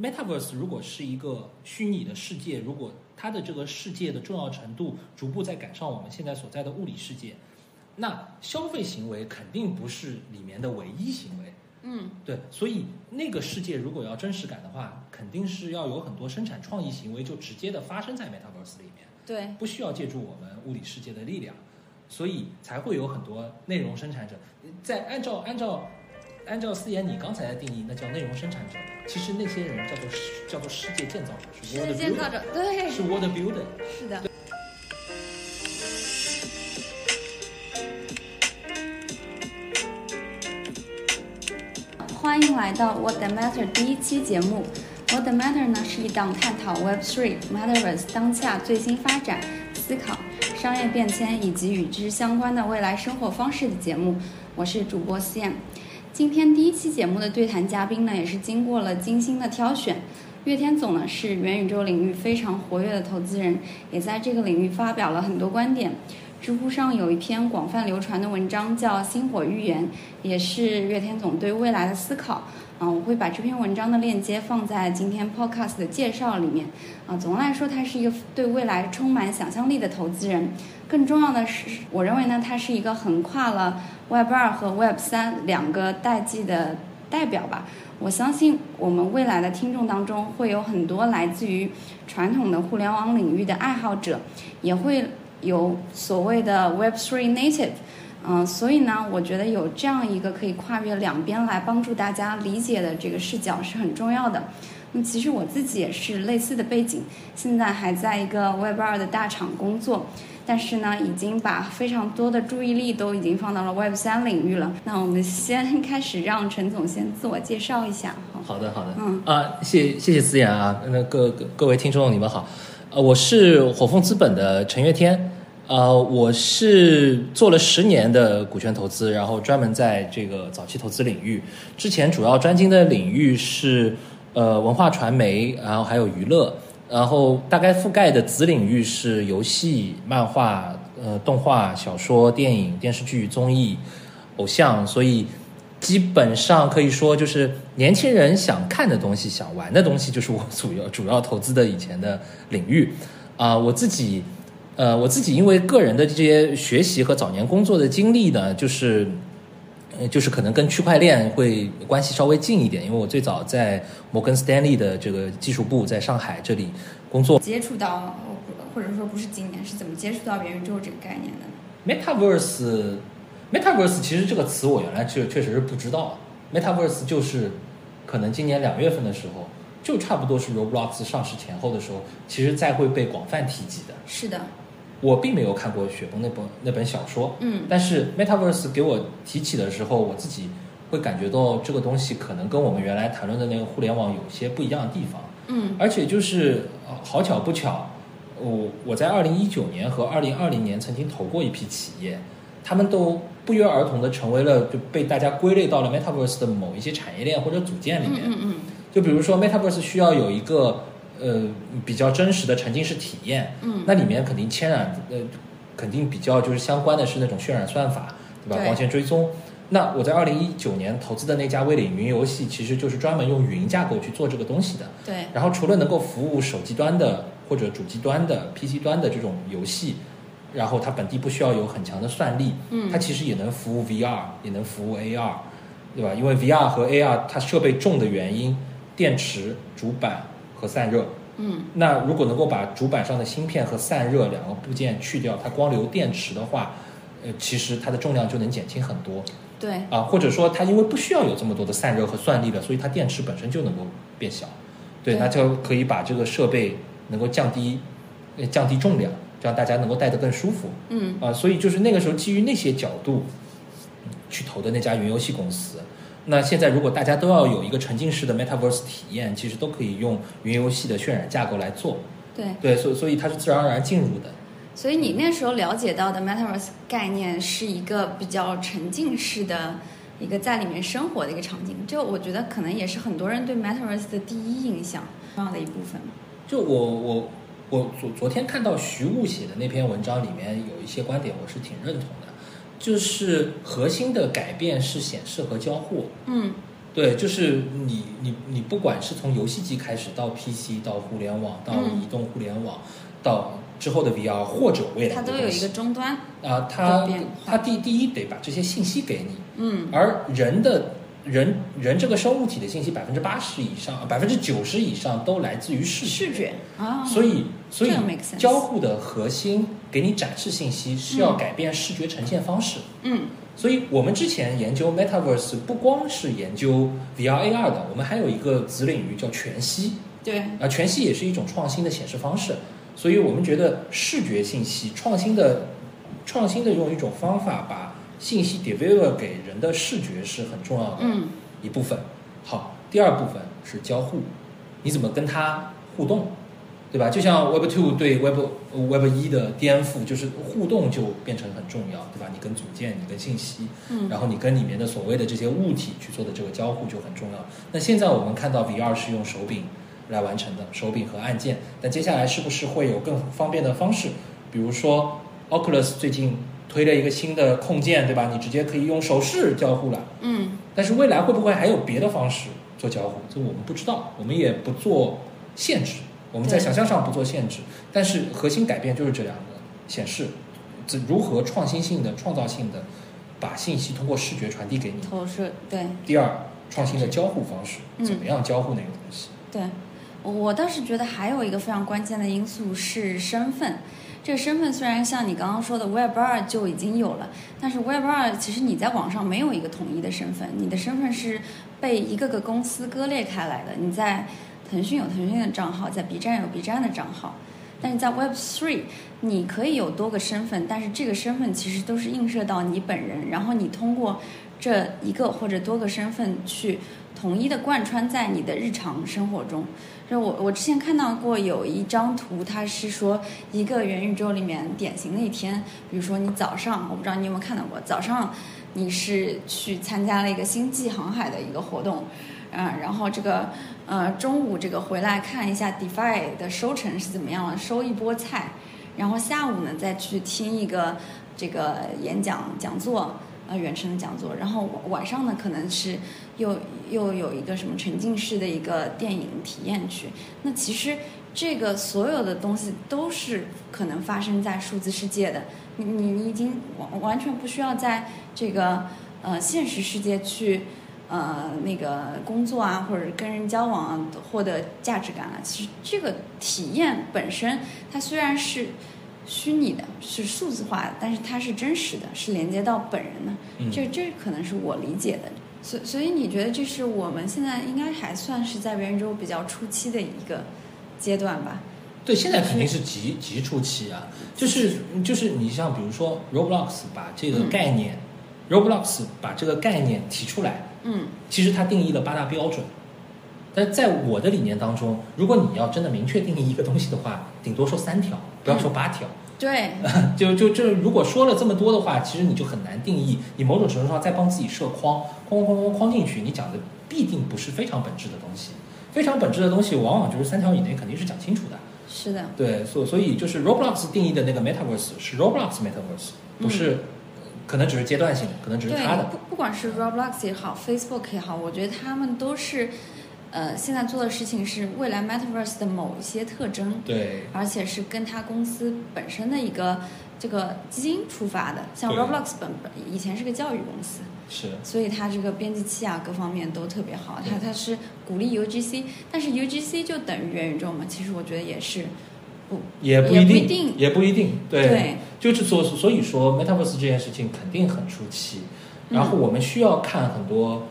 Metaverse 如果是一个虚拟的世界，如果它的这个世界的重要程度逐步在赶上我们现在所在的物理世界，那消费行为肯定不是里面的唯一行为。嗯，对，所以那个世界如果要真实感的话，肯定是要有很多生产创意行为就直接的发生在 Metaverse 里面，对，不需要借助我们物理世界的力量，所以才会有很多内容生产者。在按照按照按照思妍你刚才的定义，那叫内容生产者。其实那些人叫做世叫做世界建造者，是世 world 界建造 builder，者，对，是 world builder。是的。欢迎来到 What the Matter 第一期节目。What the Matter 呢是一档探讨 Web3、Metaverse 当下最新发展、思考、商业变迁以及与之相关的未来生活方式的节目。我是主播 CM。今天第一期节目的对谈嘉宾呢，也是经过了精心的挑选。岳天总呢是元宇宙领域非常活跃的投资人，也在这个领域发表了很多观点。知乎上有一篇广泛流传的文章叫《星火预言》，也是岳天总对未来的思考。啊，我会把这篇文章的链接放在今天 podcast 的介绍里面。啊，总的来说，他是一个对未来充满想象力的投资人。更重要的是，我认为呢，他是一个横跨了 Web 二和 Web 三两个代际的代表吧。我相信我们未来的听众当中会有很多来自于传统的互联网领域的爱好者，也会有所谓的 Web3 native。嗯、所以呢，我觉得有这样一个可以跨越两边来帮助大家理解的这个视角是很重要的。那、么其实我自己也是类似的背景，现在还在一个 Web 二的大厂工作，但是呢，已经把非常多的注意力都已经放到了 Web 三领域了。那我们先开始让陈总先自我介绍一下，好。好的，好的，嗯啊，谢谢谢思妍啊，那各各各位听众你们好，呃，我是火凤资本的陈月天，呃，我是做了十年的股权投资，然后专门在这个早期投资领域，之前主要专精的领域是呃文化传媒，然后还有娱乐，然后大概覆盖的子领域是游戏、漫画、呃动画、小说、电影、电视剧、综艺、偶像，所以。基本上可以说，就是年轻人想看的东西、想玩的东西，就是我主要主要投资的以前的领域。啊、我自己，呃，我自己因为个人的这些学习和早年工作的经历呢，就是呃，就是可能跟区块链会关系稍微近一点，因为我最早在摩根斯丹利的这个技术部在上海这里工作。接触到，或者说不是今年，是怎么接触到元宇宙这个概念的？ Metaverse，Metaverse 其实这个词我原来确确实是不知道的。Metaverse 就是可能今年两月份的时候，就差不多是 Roblox 上市前后的时候，其实在会被广泛提及的。是的，我并没有看过雪崩那本那本小说，嗯，但是 Metaverse 给我提起的时候，我自己会感觉到这个东西可能跟我们原来谈论的那个互联网有些不一样的地方。嗯，而且就是呃好巧不巧，我我在二零一九年和二零二零年曾经投过一批企业，他们都不约而同的成为了就被大家归类到了 Metaverse 的某一些产业链或者组件里嗯面。嗯嗯，就比如说 Metaverse 需要有一个呃比较真实的沉浸式体验，嗯那里面肯定牵染呃肯定比较就是相关的是那种渲染算法，对吧？对光线追踪。那我在二零一九年投资的那家微领云游戏，其实就是专门用云架构去做这个东西的。对，然后除了能够服务手机端的或者主机端的 PC 端的这种游戏，然后它本地不需要有很强的算力，嗯它其实也能服务 VR，也能服务 AR，对吧？因为 VR 和 AR 它设备重的原因，电池、主板和散热。嗯那如果能够把主板上的芯片和散热两个部件去掉，它光留电池的话，呃，其实它的重量就能减轻很多对，啊。或者说它因为不需要有这么多的散热和算力了，所以它电池本身就能够变小。对，对那就可以把这个设备能够降低，呃，降低重量，这样大家能够戴得更舒服嗯啊、所以就是那个时候基于那些角度嗯去投的那家云游戏公司。那现在如果大家都要有一个沉浸式的 Metaverse 体验，其实都可以用云游戏的渲染架构来做。对，对，所以所以它是自然而然进入的。所以你那时候了解到的 Metaverse 概念是一个比较沉浸式的。一个在里面生活的一个场景，这我觉得可能也是很多人对 Metaverse 的第一印象重要的一部分。就我我我昨昨天看到徐悟写的那篇文章里面有一些观点，我是挺认同的，就是核心的改变是显示和交互。嗯，对，就是你你你不管是从游戏机开始到 PC 到互联网到嗯移动互联网到之后的 VR 或者未来它的都有东一西个终端，啊，它的变化它第第一得把这些信息给你，嗯而人的人人这个生物体的信息百分之八十以上，啊百分之九十以上都来自于视视觉啊，所以所以这个 make sense 交互的核心给你展示信息是要改变视觉呈现方式。嗯所以我们之前研究 Metaverse 不光是研究 VR AR 的，我们还有一个子领域叫全息对，啊，全息也是一种创新的显示方式。所以我们觉得视觉信息创新的创新的用一种方法把信息 deliver 给人的视觉是很重要的。嗯一部分。好，第二部分是交互，你怎么跟它互动，对吧？就像 Web Two 对 Web Web 一的颠覆，就是互动就变成很重要，对吧？你跟组件，你跟信息，嗯然后你跟里面的所谓的这些物体去做的这个交互就很重要。那现在我们看到 VR 是用手柄来完成的，手柄和按键。但接下来是不是会有更方便的方式？比如说 Oculus 最近推了一个新的控件，对吧？你直接可以用手势交互了。嗯但是未来会不会还有别的方式做交互？这我们不知道，我们也不做限制，我们在对想象上不做限制。但是核心改变就是这两个显示，这如何创新性的、创造性的把信息通过视觉传递给你。投射对。第二，创新的交互方式，嗯怎么样交互那个东西？对，我我倒是觉得还有一个非常关键的因素是身份。这个身份虽然像你刚刚说的 Web 二就已经有了，但是 Web 二其实你在网上没有一个统一的身份，你的身份是被一个个公司割裂开来的。你在腾讯有腾讯的账号，在 B 站有 B 站的账号，但是在 Web Three 你可以有多个身份，但是这个身份其实都是映射到你本人，然后你通过这一个或者多个身份去统一的贯穿在你的日常生活中。就我我之前看到过有一张图，它是说一个元宇宙里面典型的一天，比如说你早上，我不知道你有没有看到过，早上你是去参加了一个星际航海的一个活动，嗯、然后这个呃中午这个回来看一下 DeFi 的收成是怎么样了，收一波菜，然后下午呢再去听一个这个演讲讲座，呃远程的讲座，然后晚上呢可能是又又有一个什么沉浸式的一个电影体验区。那其实这个所有的东西都是可能发生在数字世界的，你你你已经完完全不需要在这个呃现实世界去。呃，那个工作啊，或者跟人交往啊，获得价值感啊，其实这个体验本身，它虽然是虚拟的，是数字化的，但是它是真实的，是连接到本人的。嗯这这可能是我理解的。所所以你觉得这是我们现在应该还算是在元宇宙比较初期的一个阶段吧？对，现在肯定是极极初期啊，就是就是你像比如说 Roblox 把这个嗯概念、r o b l o x 把这个概念提出来，嗯其实它定义了八大标准，但是在我的理念当中，如果你要真的明确定义一个东西的话，顶多说三条，不要说八条。 对，就就就如果说了这么多的话，其实你就很难定义。你某种程度上在帮自己设框，框框框框进去，你讲的必定不是非常本质的东西。非常本质的东西，往往就是三条以内肯定是讲清楚的。是的，对，所所以就是 Roblox 定义的那个 Metaverse 是 Roblox Metaverse，不是，呃可能只是阶段性的，可能只是对它，的。不不管是 Roblox 也好，Facebook 也好，我觉得他们都是，呃，现在做的事情是未来 Metaverse 的某一些特征，对，而且是跟它公司本身的一个这个基因出发的。像对 Roblox 本本以前是个教育公司，是。所以它这个编辑器啊各方面都特别好，它对它是鼓励 UGC，但是 UGC 就等于元宇宙嘛，其实我觉得也是不也不也一不定，一定也不一定对，对就是说，所以说 Metaverse 这件事情肯定很初期，嗯然后我们需要看很多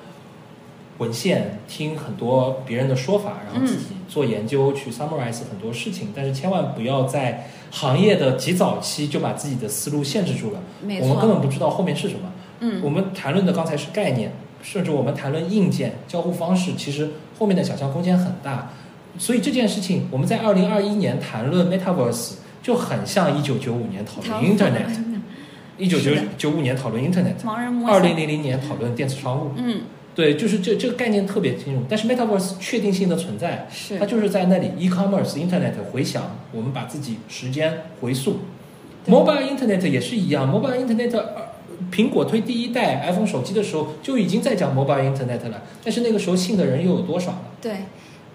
文献，听很多别人的说法，然嗯后自己做研究去 summarize 很多事情，但是千万不要在行业的极早期就把自己的思路限制住了，没我们根错，本不知道后面是什么。嗯我们谈论的刚才是概念，甚至我们谈论硬件交互方式，其实后面的想象空间很大。所以这件事情，我们在二零二一年谈论 Metaverse 就很像一九九五年讨它论 Internet，一九九是的九五年讨论 Internet， 盲人摸二象零，零零年讨论电子商务。嗯对，就是这这个概念特别清楚。但是 Metaverse 确定性的存在，是它就是在那里 e-commerce、Internet 回想，我们把自己时间回溯。对 Mobile Internet 也是一样，Mobile Internet 呃苹果推第一代 iPhone 手机的时候就已经在讲 mobile internet 了，但是那个时候信的人又有多少呢？对，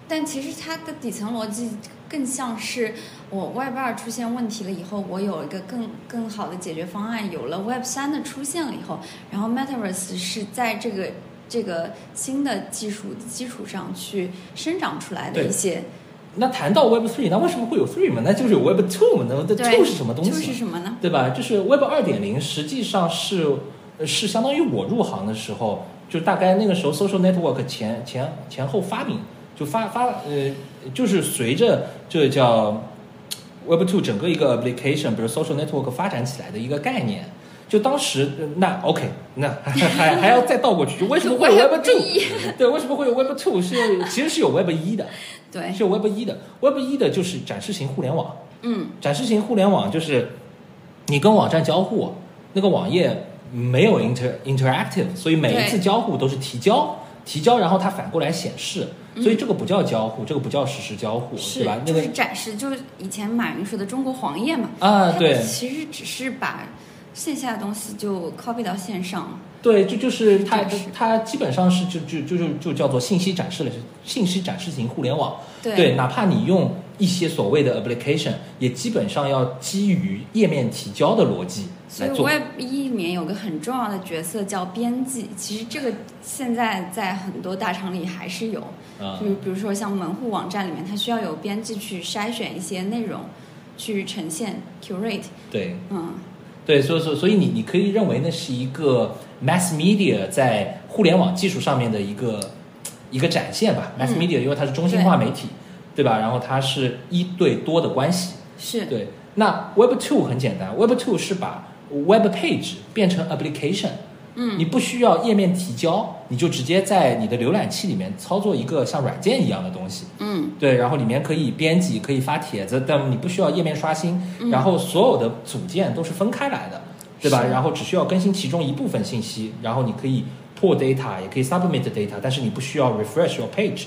但其实它的底层逻辑更像是我 Web 二出现问题了以后，我有一个更更好的解决方案，有了 Web 三的出现了以后，然后 Metaverse 是在这个这个新的技术基础上去生长出来的对一些，那谈到 Web Three，那为什么会有 Three 嘛？那就是有 Web Two 嘛？那这对 Two 是什么东西就嘛？是什么呢？对吧？就是 Web 二点零，实际上是呃是相当于我入行的时候，就大概那个时候 social network 前前前后发明，就发发呃，就是随着这叫 Web two 整个一个 application，比如 social network 发展起来的一个概念。就当时呃那 OK，那 还还要再倒过去，就为什么会有 Web two？对，为什么会有 Web two？是其实是有 Web 一的，对，是有 Web 一的。Web 一的就是展示型互联网，嗯，展示型互联网就是你跟网站交互，那个网页没有 inter interactive，所以每一次对交互都是提交，提交然后它反过来显示，所以这个不叫交互，这个不叫实时交互，嗯是对吧？那就个是展示，就是以前马云说的中国黄页嘛，啊，它对其实只是把线下的东西就 copy 到线上了，对，这就是它展示它基本上是就就就就就叫做信息展示了，信息展示型互联网。对，哪怕你用一些所谓的 application，也基本上要基于页面提交的逻辑所来以做。 Web 一里面有个很重要的角色叫编辑，其实这个现在在很多大厂里还是有，啊就是比如说像门户网站里面，它需要有编辑去筛选一些内容，去呈现 curate，对。嗯，对，所以所以所以你你可以认为那是一个 mass media 在互联网技术上面的一个一个展现吧。mass 嗯 media 因为它是中心化媒体，对吧？然后它是一对多的关系。是对，那 Web Two 很简单，Web Two 是把 Web page 变成 application。嗯你不需要页面提交，你就直接在你的浏览器里面操作一个像软件一样的东西。嗯，对，然后里面可以编辑，可以发帖子，但你不需要页面刷新，然后所有的组件都是分开来的，对吧？嗯是然后只需要更新其中一部分信息，然后你可以 pull data，也可以 submit data，但是你不需要 refresh your page。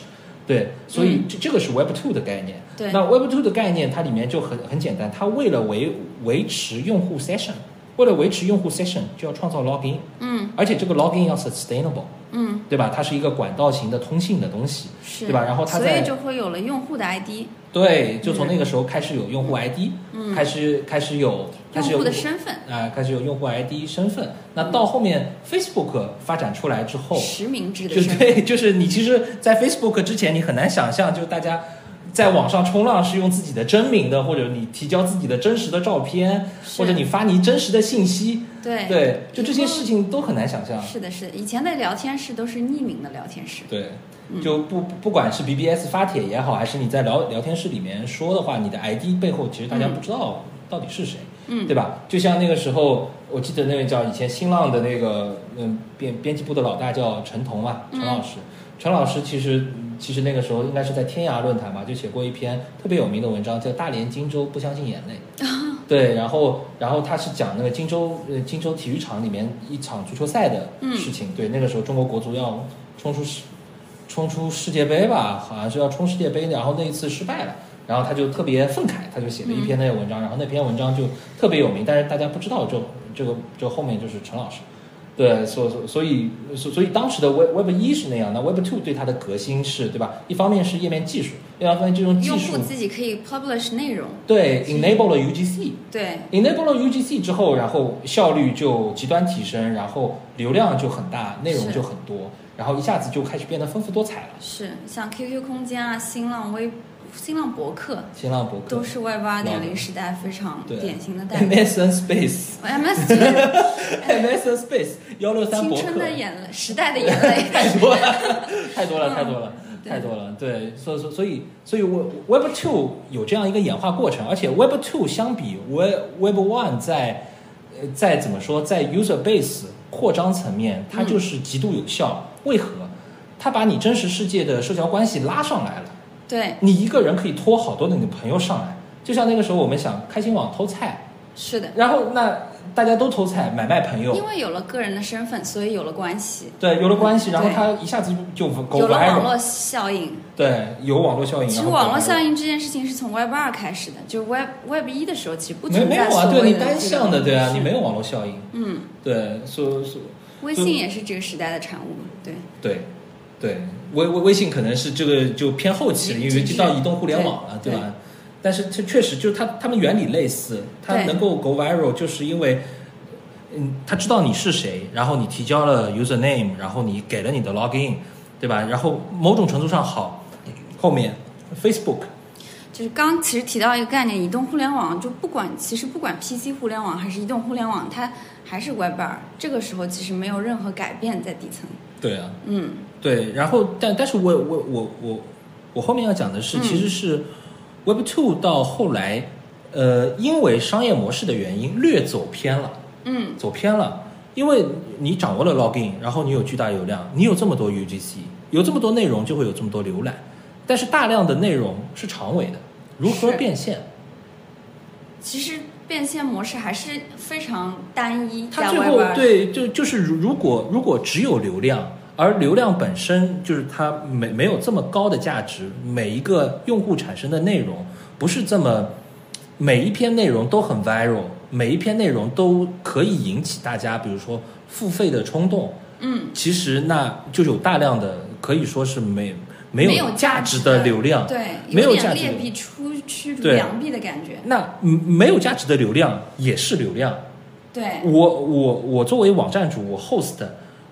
对，所以嗯这、这个是 Web 2的概念。对那 Web 2的概念它里面就很很简单，它为了维维持用户 session，为了维持用户 session 就要创造 login，嗯而且这个 login 要 sustainable，嗯对吧？它是一个管道型的通信的东西。是，对吧然后它所在以就会有了用户的 ID，对，就从那个时候开始有用户 ID，、嗯开始开始有开始有用户的身份，啊、开始有用户 ID 身份。那到后面 Facebook 发展出来之后，实名制的就身份，对， 就是你其实，在 Facebook 之前，你很难想象，就是大家在网上冲浪是用自己的真名的，或者你提交自己的真实的照片，是或者你发你真实的信息，对对，就这些事情都很难想象。是的，是的，以前的聊天室都是匿名的聊天室，对，嗯就不不管是 BBS 发帖也好，还是你在聊聊天室里面说的话，你的 ID 背后其实大家嗯不知道到底是谁，嗯对吧？就像那个时候，我记得那位叫以前新浪的那个嗯编编辑部的老大叫陈彤嘛，陈嗯老师，陈老师其实其实那个时候应该是在天涯论坛吧，就写过一篇特别有名的文章，叫《大连荆州不相信眼泪》。 对，然后，然后他是讲那个荆州，呃，荆州体育场里面一场足球赛的嗯事情。对，那个时候中国国足要冲出世，冲出世界杯吧，好像是要冲世界杯，然后那一次失败了，然后他就特别愤慨，他就写了一篇那个文嗯章，然后那篇文章就特别有名，但是大家不知道这这个这后面就是陈老师。对，所所所以所所以当时的 Web Web 一是那样，那 Web Two 对它的革新是对吧？一方面是页面技术，另外一方面这种技用术户自己可以 publish 内容，对 enable 了 UGC，对 enable 了 UGC 之后，然后效率就极端提升，然后流量就很大，内容是就很多，然后一下子就开始变得丰富多彩了。是像 QQ 空间啊、新浪微、新浪博客，新浪博都客、是 Web 二点零时代非常对典 型的 代表。哦 MSN Space、 MS 就是 MSN Space 幺六三青博客春，的眼泪，时代的眼泪。 太多了， 太多了，嗯太多了。对太多了，对，所以所以所以所以 Web Web Two 有这样一个演化过程，而且 Web Two 相比 Web Web One 在呃在怎么说，在 user base 扩张层面，它嗯就是极度有效。为何？它把你真实世界的社交关系拉上来了，对，你一个人可以拖好多的你的朋友上来。就像那个时候我们想开心网偷菜，是的，然后那大家都投彩买卖朋友因，为有了个人的身份，所以有了关系，对，有了关系，然后对它一下子就狗有了网 viral，络效应。对，有网络效应。其实然后网络 viral 效应这件事情是从 Web 二开始的，就是 Web Web 一的时候其实不没存没有在啊，所对谓你的单这向个的，对啊，你没有网络效应，嗯，对，所所微信也是这个时代的产物嘛，对，对对，微微微信可能是这个就偏后期了，因为这就到移动互联网了，对对吧？但是它确实就是它它们原理类似，它对能够 go viral 就是因为。嗯，他知道你是谁，然后你提交了 user name，然后你给了你的 login，对吧？然后某种程度上好，后面 Facebook 就是刚其实提到一个概念，移动互联网，就不管其实不管 PC 互联网还是移动互联网，它还是 Web 二，这个时候其实没有任何改变在底层，对啊，嗯，对，然后但但是我我我我我后面要讲的是，嗯其实是 Web Two 到后来，呃，因为商业模式的原因略走偏了，嗯，走偏了，因为你掌握了 login，然后你有巨大流量，你有这么多 UGC，有这么多内容就会有这么多浏览，但是大量的内容是长尾的，如何是变现？其实变现模式还是非常单一，它在最后 Web 二，对，就就是如如果如果只有流量，而流量本身就是它没没有这么高的价值，每一个用户产生的内容不是这么每一篇内容都很 viral，每一篇内容都可以引起大家比如说付费的冲动，嗯，其实那就有大量的可以说是没没没有价值值的流量，对，没有价点值劣的币出驱逐对良币的感觉，那嗯没有价值的流量也是流量。对，我我我作为网站主，我 host，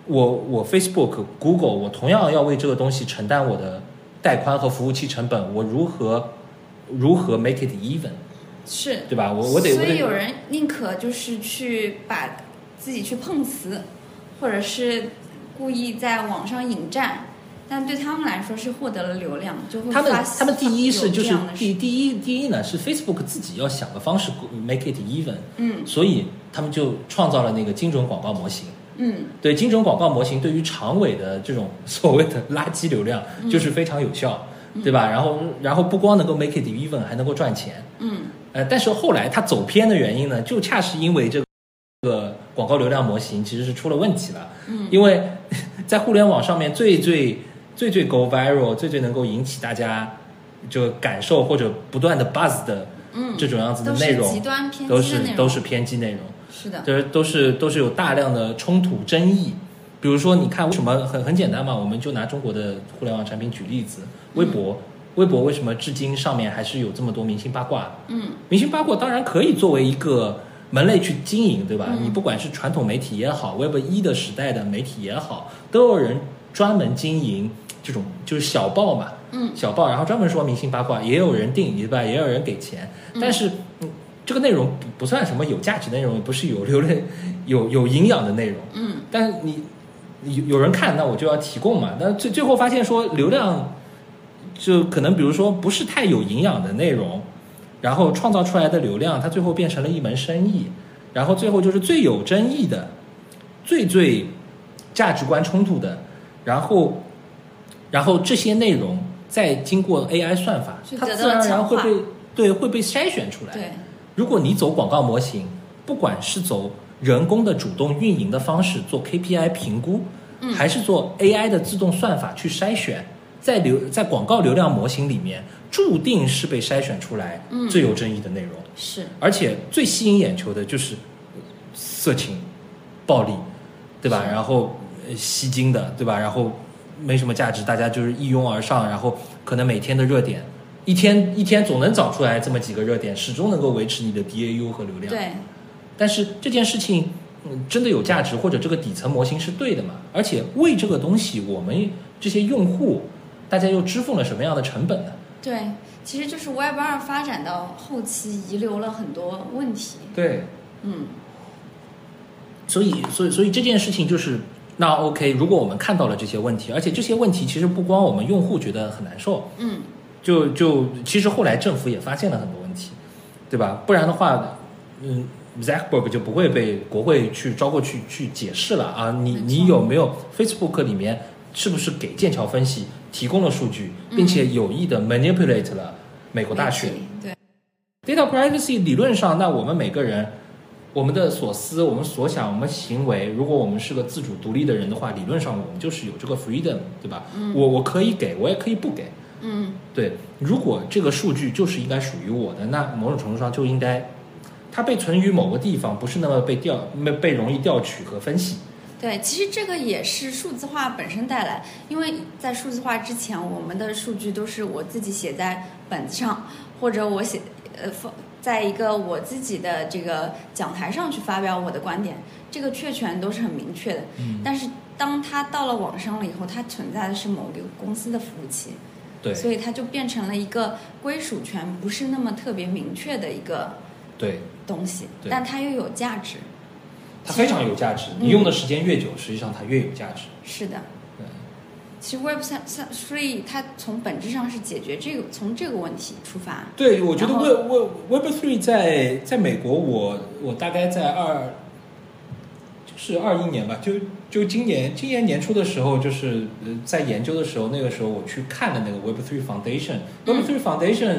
我我 Facebook、Google，我同样要为这个东西承担我的带宽和服务器成本，我如何如何 make it even，是，对吧？我我得我所以有得人宁可就是去把自己去碰瓷，或者是故意在网上引战，但对他们来说是获得了流量，就会他们发他们第一是有就这是样的事第第一第一呢是 Facebook 自己要想的方式 make it even，嗯所以他们就创造了那个精准广告模型。嗯对精准广告模型对于长尾的这种 所谓的垃圾流量，嗯就是非常有效，对吧？然后，然后不光能够 make it even，还能够赚钱。嗯，呃，但是后来它走偏的原因呢，就恰是因为这个广告流量模型其实是出了问题了。嗯，因为 在互联网上面最最最最 go viral、最最能够引起大家就感受或者不断的 buzz 的嗯这种样子的都内是容，极端偏都激是的内容，都是偏激内容。是的，就是都是都是有大量的冲突争议。比如说，你看为什么很很简单嘛？我们就拿中国的互联网产品举例子，微博，微博为什么至今上面还是有这么多明星八卦？嗯明星八卦当然可以作为一个门类去经营，对吧？嗯你不管是传统媒体也好，Web 一的时代的媒体也好，都有人专门经营这种就是小报嘛，嗯小报，然后专门说明星八卦，也有人订，对吧？也有人给钱，嗯但是、嗯、这个内容不不算什么有价值的内容，也不是有流量、有有营养的内容。嗯，但是你有有人看，那我就要提供嘛。那最最后发现说流量就可能比如说不是太有营养的内容，然后创造出来的流量，它最后变成了一门生意，然后最后就是最有争议的、最最价值观冲突的，然后然后这些内容再经过 AI 算法就，它得到自然而强然会化被对会被筛选出来。对，如果你走广告模型，不管是走人工的主动运营的方式做 KPI 评估，嗯还是做 AI 的自动算法去筛选，在流在广告流量模型里面，注定是被筛选出来嗯最有争议的内容，是而且最吸引眼球的就是色情、暴力，对吧？是然后呃吸睛的，对吧？然后没什么价值，大家就是一拥而上，然后可能每天的热点。一天一天总能找出来这么几个热点，始终能够维持你的 DAU 和流量。对，但是这件事情，嗯，真的有价值，或者这个底层模型是对的嘛？而且为这个东西，我们这些用户，大家又支付了什么样的成本呢？对，其实就是 Web 二发展到后期遗留了很多问题，对，嗯所以，所以，所以这件事情就是，那 OK，如果我们看到了这些问题，而且这些问题其实不光我们用户觉得很难受，嗯就就其实后来政府也发现了很多问题，对吧？不然的话，嗯。Zuckerberg 就不会被国会去招过去去解释了啊！你没错你有没有 Facebook 里面是不是给剑桥分析提供了数据，并且有意的 manipulate 了美国大选？对。 data privacy 理论上，那我们每个人我们的所思、我们所想、我们行为，如果我们是个自主独立的人的话，理论上我们就是有这个 freedom，对吧？嗯我我可以给，我也可以不给。嗯对，如果这个数据就是应该属于我的，那某种程度上就应该，它被存于某个地方，不是那么被调、被被容易调取和分析。对，其实这个也是数字化本身带来，因为在数字化之前，我们的数据都是我自己写在本子上，或者我写呃放在一个我自己的这个讲台上去发表我的观点，这个确权都是很明确的。嗯，但是当它到了网上了以后，它存在的是某个公司的服务器，对所以它就变成了一个归属权不是那么特别明确的一个对，东西，对但它又有价值。它非常有价值。嗯你用的时间越久，实际上它越有价值。是的，对，其实 Web 三三 three 它从本质上是解决这个从这个问题出发。对，我觉得然后 Web Web Web Three 在在美国我，我大概在二就是二一年吧，就就今年今年年初的时候，就是呃在研究的时候，那个时候我去看了那个 Web Three Foundation、Web 嗯 Three Foundation，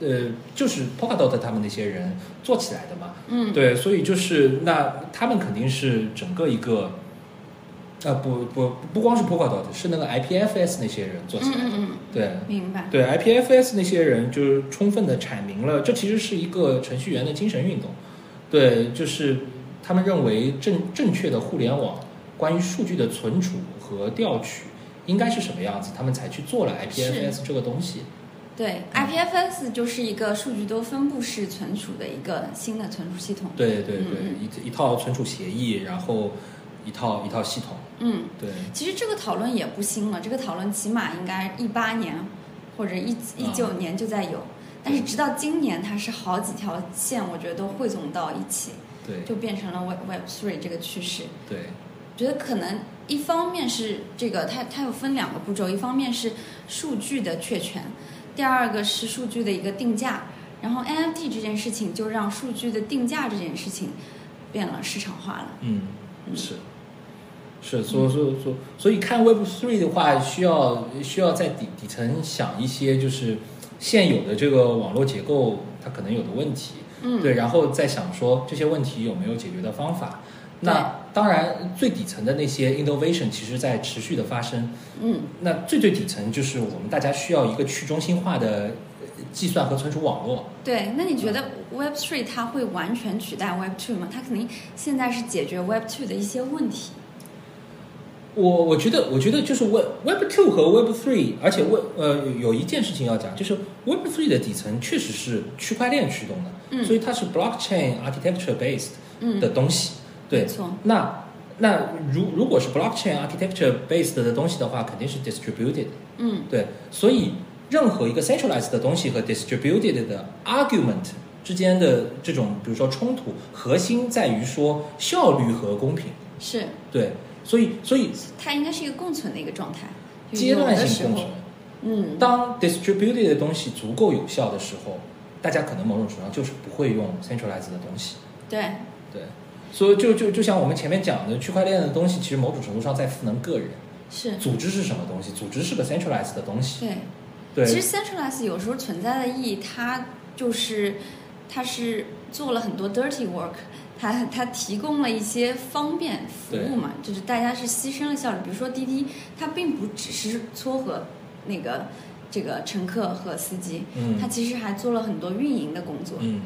呃，就是 Polkadot 他们那些人做起来的嘛。嗯，对，所以就是那他们肯定是整个一个。呃，不不不光是 Polkadot，是那个 IPFS 那些人做起嗯来的。嗯对，嗯，明白。对 IPFS 那些人就是充分的阐明了，这其实是一个程序员的精神运动。对，就是他们认为正正确的互联网关于数据的存储和调取应该是什么样子，他们才去做了 IPFS 这个东西。对，IPFS 就是一个数据多分布式存储的一个新的存储系统。对对对，嗯一一套存储协议，然后一套一套系统。嗯，对，其实这个讨论也不新了，这个讨论起码应该一八年或者一一九年就在有，但是直到今年它是好几条线，我觉得都汇总到一起，对就变成了 Web Web three 这个趋势。对觉得可能一方面是这个，它它有分两个步骤，一方面是数据的确权，第二个是数据的一个定价。然后 NFT 这件事情就让数据的定价这件事情变了市场化了。嗯，嗯是是，所以所以所以所以看 Web Three 的话，需要需要在底底层想一些就是现有的这个网络结构它可能有的问题，嗯，对，然后再想说这些问题有没有解决的方法。对那当然，最底层的那些 innovation 其实在持续的发生。嗯，那最最底层就是我们大家需要一个去中心化的呃计算和存储网络。对。那你觉得 Web Three 它会完全取代 Web Two 吗？它肯定现在是解决 Web Two 的一些问题。我我觉得，我觉得就是 Web Web Two 和 Web Three，而且 Web 呃有一件事情要讲，就是 Web Three 的底层确实是区块链驱动的，嗯所以它是 Blockchain Architecture based 嗯，的东西。没对，错。那那如如果是 Blockchain Architecture based 的东西的话，肯定是 distributed。嗯对，所以任何一个 centralized 的东西和 distributed 的 argument 之间的这种比如说冲突，核心在于说效率和公平。是，对，所以所以它应该是一个共存的一个状态。就阶段有的性时共候存。嗯，当 distributed 的东西足够有效的时候，大家可能某种程度上就是不会用 centralized 的东西。对，对，所以就就就像我们前面讲的，区块链的东西其实某种程度上在赋能个人。是。组织是什么东西？组织是个 centralized 的东西。对，对，其实 centralize 有时候存在的意义，它就是它是做了很多 dirty work，它它提供了一些方便服务嘛，就是大家是牺牲了效率。比如说滴滴，它并不只是撮合那个这个乘客和司机，嗯它其实还做了很多运营的工作。嗯，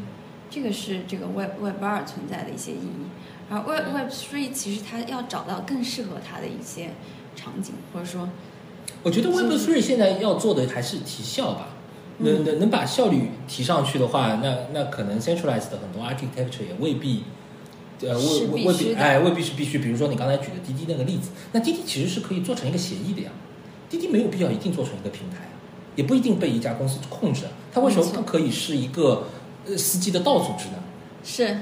这个是这个 Web Web 二存在的一些意义，而 Web Web three 其实它要找到更适合它的一些场景，或者说我觉得所以嗯 Web Three 现在要做的还是提效吧。能能能把效率提上去的话，那那可能 centralized 的很多 architecture 也未必，呃，是未未必未须必的哎，未必是必须。比如说你刚才举的滴滴那个例子，那滴滴其实是可以做成一个协议的呀。滴滴没有必要一定做成一个平台啊，也不一定被一家公司控制啊。它为什么没错不可以是一个呃司机的道组织呢？是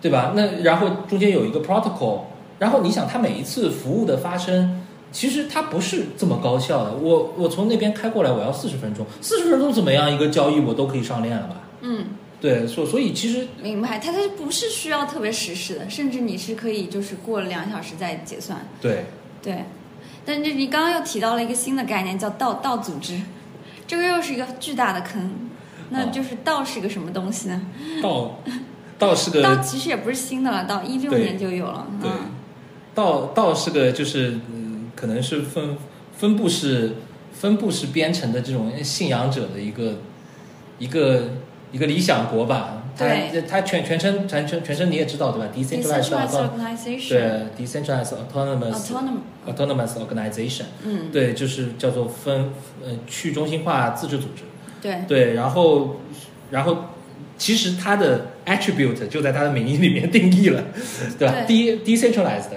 对吧？那然后中间有一个 protocol，然后你想，它每一次服务的发生，其实它不是这么高效的。我我从那边开过来，我要四十分钟，四十分钟怎么样一个交易我都可以上链了吧？嗯。对，所所以其实明白，它它不是需要特别实时的，甚至你是可以就是过了两小时再结算，对对。但是你刚刚又提到了一个新的概念，叫道道组织，这个又是一个巨大的坑。那哦就是道是个什么东西呢？道道是个道其实也不是新的了，到一六年就有了。对嗯，道道是个就是嗯，可能是分分布式分布式编程的这种信仰者的一个一个一个理想国吧。它对它全全称全全全称你也知道呃对吧 decentralized ？decentralized organization，对 decentralized autonomous autonomous， autonomous organization，嗯，对，就是叫做分呃去中心化自治组织。对，对，然后，然后，其实它的 attribute 就在它的名义里面定义了，对吧？对 d decentralized，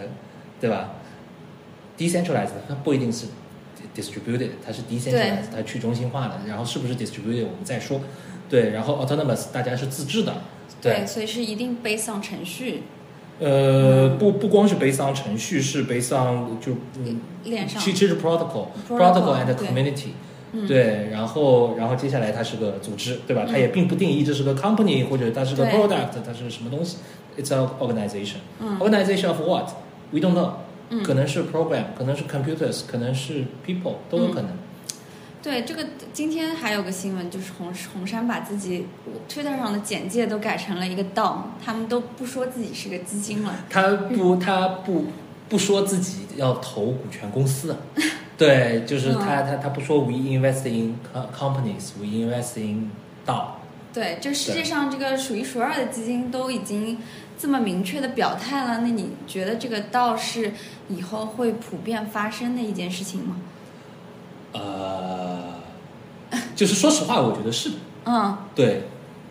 对吧？decentralized 它不一定是 distributed，它是 decentralized，它去中心化的。然后是不是 distributed 我们再说。对，然后 autonomous 大家是自治的，对，所以是一定 based on 程序呃，不不光是 based on 程序，是 based on 就嗯，链上其。其实是 protocol Protocol， and 对 community。嗯对，然后然后接下来它是个组织，对吧？它嗯也并不定义这是个 company 或者它是个对 product，它是什么东西。It's an organization. 嗯 Organization of what? We don't know. 嗯可能是 program，可能是 computers，可能是 people，都有可能。嗯对，这个今天还有个新闻，就是红红杉把自己 Twitter 上的简介都改成了一个 DOM，他们都不说自己是个基金了。他不，嗯他不不说自己要投股权公司啊。 对，就是嗯他他他不说 we invest in co- companies，we invest in DAO。对，这世界上这个数一数二的基金都已经这么明确的表态了，那你觉得这个倒是以后会普遍发生的一件事情吗？呃，就是说实话，我觉得是的嗯对，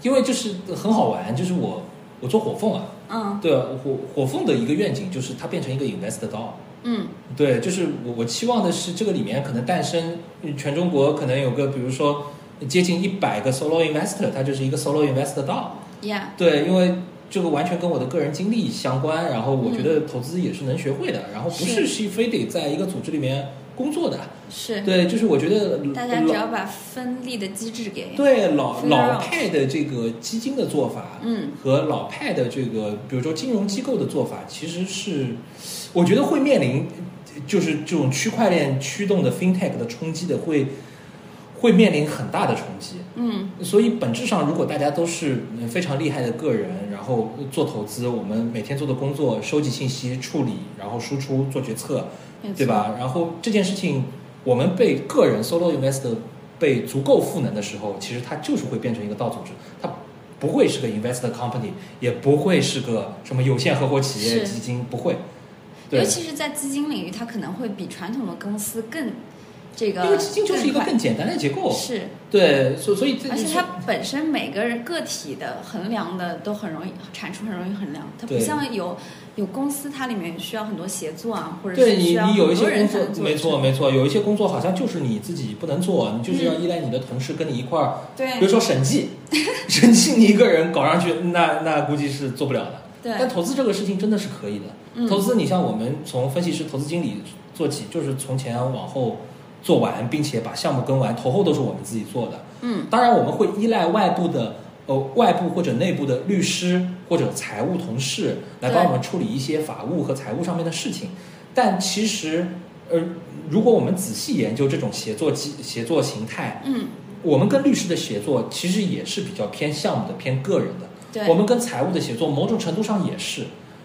因为就是很好玩，就是我我做火凤啊，嗯对啊火火凤的一个愿景就是它变成一个 invest DAO，嗯对，就是我我期望的是这个里面可能诞生嗯全中国可能有个比如说接近一百个 solo investor，它就是一个 solo invest DAO， ，Yeah，对，因为。这个完全跟我的个人经历相关，然后我觉得投资也是能学会的，然后不是嗯是是非得在一个组织里面工作的，是，对，就是我觉得大家只要把分立的机制给，对老 Full 老 round 派的这个基金的做法，嗯，和老派的这个，比如说金融机构的做法，其实是我觉得会面临，就是这种区块链驱动的 fintech 的冲击的会会面临很大的冲击。嗯所以本质上，如果大家都是嗯非常厉害的个人，然后做投资，我们每天做的工作，收集信息、处理，然后输出、做决策，没错对吧？然后这件事情，我们被个人 solo investor 被足够赋能的时候，其实它就是会变成一个道组织，它不会是个 investor company，也不会是个什么有限合伙企业是基金，不会。对尤，其是在基金领域，它可能会比传统的公司更这个，因为基金就是一个快更简单的结构，是，对，所所以这而且是它本身每个人个体的衡量的都很容易产出，很容易衡量。它不对像有有公司，它里面需要很多协作啊，或者对是你，需要你很有一多些工人才能作，做。没错，没错，有一些工作好像就是你自己不能做，你就是要依赖你的同事跟你一块儿，比如嗯对说审计， 审计你一个人搞上去，那那估计是做不了的。但对，投资这个事情真的是可以的，嗯投资你像我们从分析师、投资经理做起，就是从前往后做完，并且把项目跟完，投后都是我们自己做的。嗯，当然我们会依赖外部的。呃，外部或者内部的律师或者财务同事来帮对我们处理一些法务和财务上面的事情，但其实，呃，如果我们仔细研究这种协作机协作形态，嗯，我们跟律师的协作其实也是比较偏项目的、偏个人的。我对，们跟财务的协作某种程度上也是，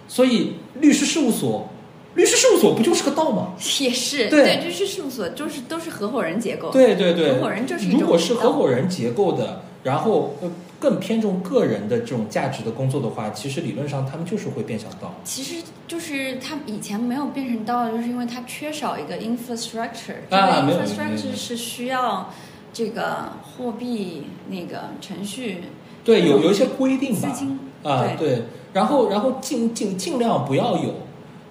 所以律师事务所，律师事务所不就是个道吗？ 也是对对，就是事务所，就是都是合伙人结构。对对对，合伙人就是一种如果是合伙人结构的，然后呃更偏重个人的这种价值的工作的话，其实理论上他们就是会变相道。其实就是它以前没有变成道，就是因为它缺少一个 infrastructure，这啊没个有没有没 infrastructure 有是需要这个货币那个程序对，有有一些规定资吧，金啊对，然后然后尽尽尽量不要有，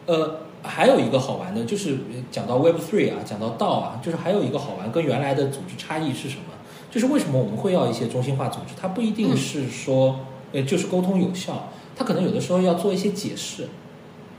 呃。还有一个好玩的，就是呃讲到 Web Three 啊，讲到道啊，就是还有一个好玩，跟原来的组织差异是什么？就是为什么我们会要一些中心化组织？它不一定嗯是说，呃，就是沟通有效，它可能有的时候要做一些解释，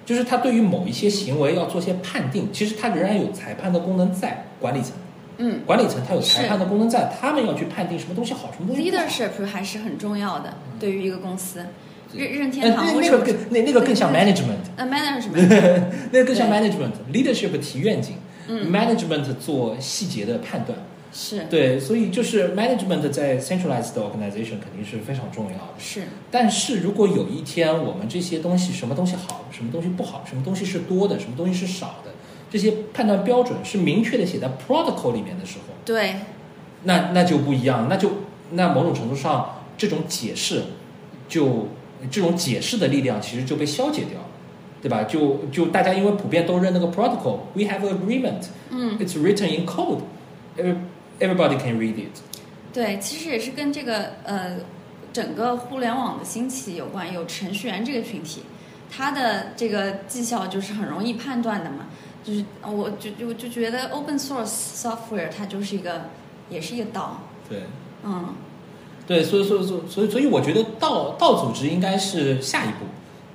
就是它对于某一些行为要做些判定，其实它仍然有裁判的功能在管理层，嗯管理层它有裁是判的功能在，他们要去判定什么东西好，什么东西不好。 leadership 还是很重要的，对于一个公司，任任呃天嗯堂那为那什个么更那那个更像 management，呃 management 那个更像对 management，leadership 提愿景、嗯 m a n a g e m e n t 做细节的判断，是对，所以就是 management 在 centralized organization 肯定是非常重要的。是但是如果有一天我们这些东西，什么东西好，什么东西不好，什么东西是多的，什么东西是少的，这些判断标准是明确的写在 protocol 里面的时候，对，那那就不一样，那就那某种程度上，这种解释就这种解释的力量其实就被消解掉了，对吧？就就大家因为普遍都认那个 protocol，we have agreement，it's 嗯， written in code，every everybody can read it。对，其实也是跟这个呃整个互联网的兴起有关，有程序员这个群体，他的这个绩效就是很容易判断的嘛。就是我就就就觉得 open source software 它就是一个也是一个道，对嗯，对，所以所以所以所以所以我觉得道道组织应该是下一步。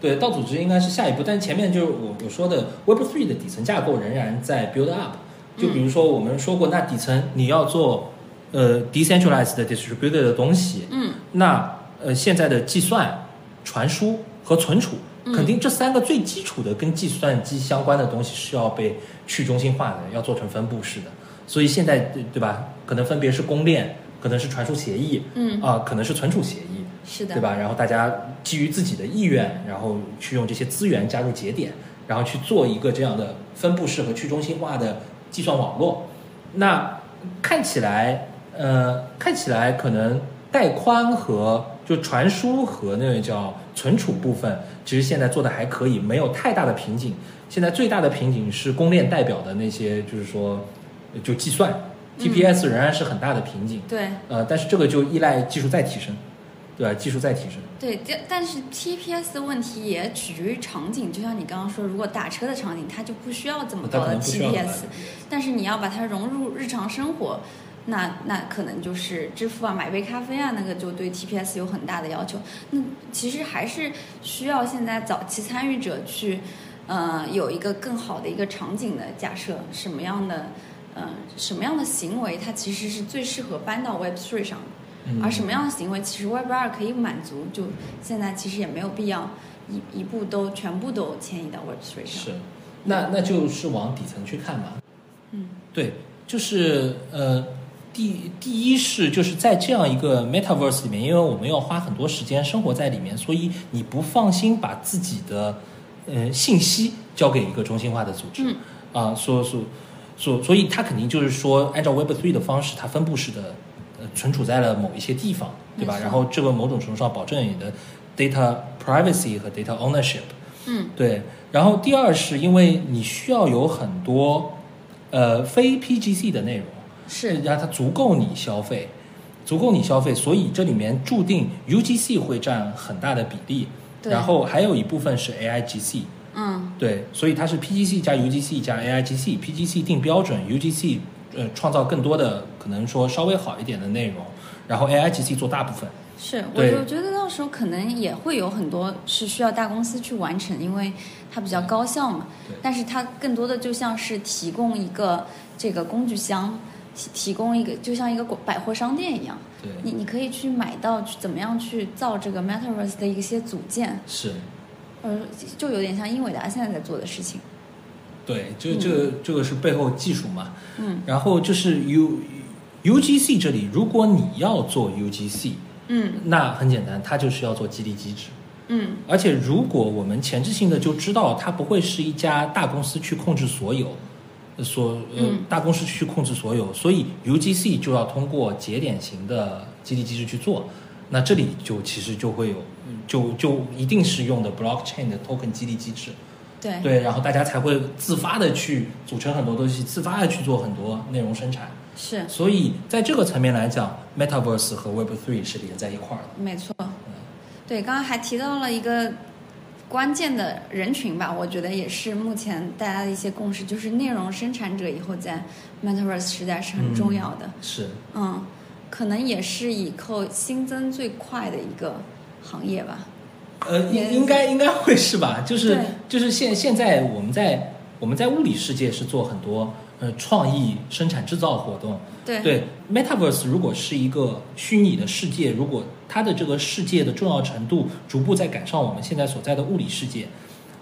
对，道组织应该是下一步，但前面就是我我说的 Web Three 的底层架构仍然在 build up。就比如说我们说过，那底层你要做呃 decentralized 的 distributed 的东西，嗯，那呃现在的计算、传输和存储，嗯肯定这三个最基础的跟计算机相关的东西是要被去中心化的，要做成分布式的。所以现在对对吧？可能分别是公链，可能是传输协议，嗯啊、可能是存储协议，是的，对？吧？然后大家基于自己的意愿，然后去用这些资源加入节点，然后去做一个这样的分布式和去中心化的计算网络。那看起来，呃，看起来可能带宽和就传输和那个叫存储部分，其实现在做的还可以，没有太大的瓶颈。现在最大的瓶颈是公链代表的那些，就是说，就计算嗯 TPS 仍然是很大的瓶颈。对呃，但是这个就依赖技术再提升，对吧？技术再提升，对，但但是 TPS 的问题也取决于场景，就像你刚刚说，如果打车的场景，它就不需要这么它高可的能不需要 TPS，但是你要把它融入日常生活，那那可能就是支付啊、买杯咖啡啊，那个就对 TPS 有很大的要求。那其实还是需要现在早期参与者去，呃，有一个更好的一个场景的假设，什么样的，呃，什么样的行为它其实是最适合搬到 Web Three 上的。嗯而什么样的行为其实 Web 二可以满足，就现在其实也没有必要一一步都全部都迁移到 Web Three 上。是，那那就是往底层去看嘛。嗯，对，就是呃，第第一是就是在这样一个 metaverse 里面，因为我们要花很多时间生活在里面，所以你不放心把自己的呃信息交给一个中心化的组织。嗯啊，所所所所以它肯定就是说，按照 Web 3的方式，它分布式的呃存储在了某一些地方，对吧没？错然后这个某种程度上保证你的 data privacy 和 data ownership。嗯，对，然后第二是因为你需要有很多呃非 PGC 的内容，是让它足够你消费，足够你消费，所以这里面注定 UGC 会占很大的比例，对然后还有一部分是 AIGC，嗯对，所以它是 PGC 加 UGC 加 AIGC，PGC 定标准，UGC 呃创造更多的可能说稍微好一点的内容，然后 AIGC 做大部分，是，我对我觉得到时候可能也会有很多是需要大公司去完成，因为它比较高效嘛对。但是它更多的就像是提供一个这个工具箱，提提供一个就像一个百货商店一样，对，你你可以去买到去怎么样去造这个 Metaverse 的一些组件，是。呃，就有点像英伟达现在在做的事情。对，这这个这个是背后技术嘛，嗯然后就是 U UGC 这里，如果你要做 UGC，嗯那很简单，它就是要做激励机制。嗯，而且如果我们前置性的就知道，它不会是一家大公司去控制所有，呃所呃、嗯大公司去控制所有，所以 UGC 就要通过节点型的激励机制去做。那这里就其实就会有，就就一定是用的 blockchain 的 token 激励机制。对对，然后大家才会自发的去组成很多东西，自发的去做很多内容生产。是所以在这个层面来讲，Metaverse 和 Web 3是连在一块儿的。没错。对，刚刚还提到了一个关键的人群吧，我觉得也是目前大家的一些共识，就是内容生产者以后在 Metaverse 时代是很重要的。是，嗯可能也是以后新增最快的一个行业吧。呃，应也应该应该会是吧？就是对就是现现在我们在我们在物理世界是做很多呃创意生产制造活动。对对，Metaverse 如果是一个虚拟的世界，如果它的这个世界的重要程度逐步在赶上我们现在所在的物理世界，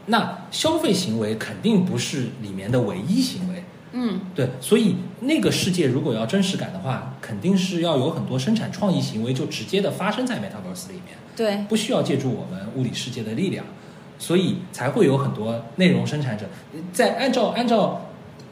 那消费行为肯定不是里面的唯一行为。嗯，对，所以那个世界如果要真实感的话，肯定是要有很多生产创意行为就直接的发生在 Metaverse 里面，对，不需要借助我们物理世界的力量，所以才会有很多内容生产者。在按照按照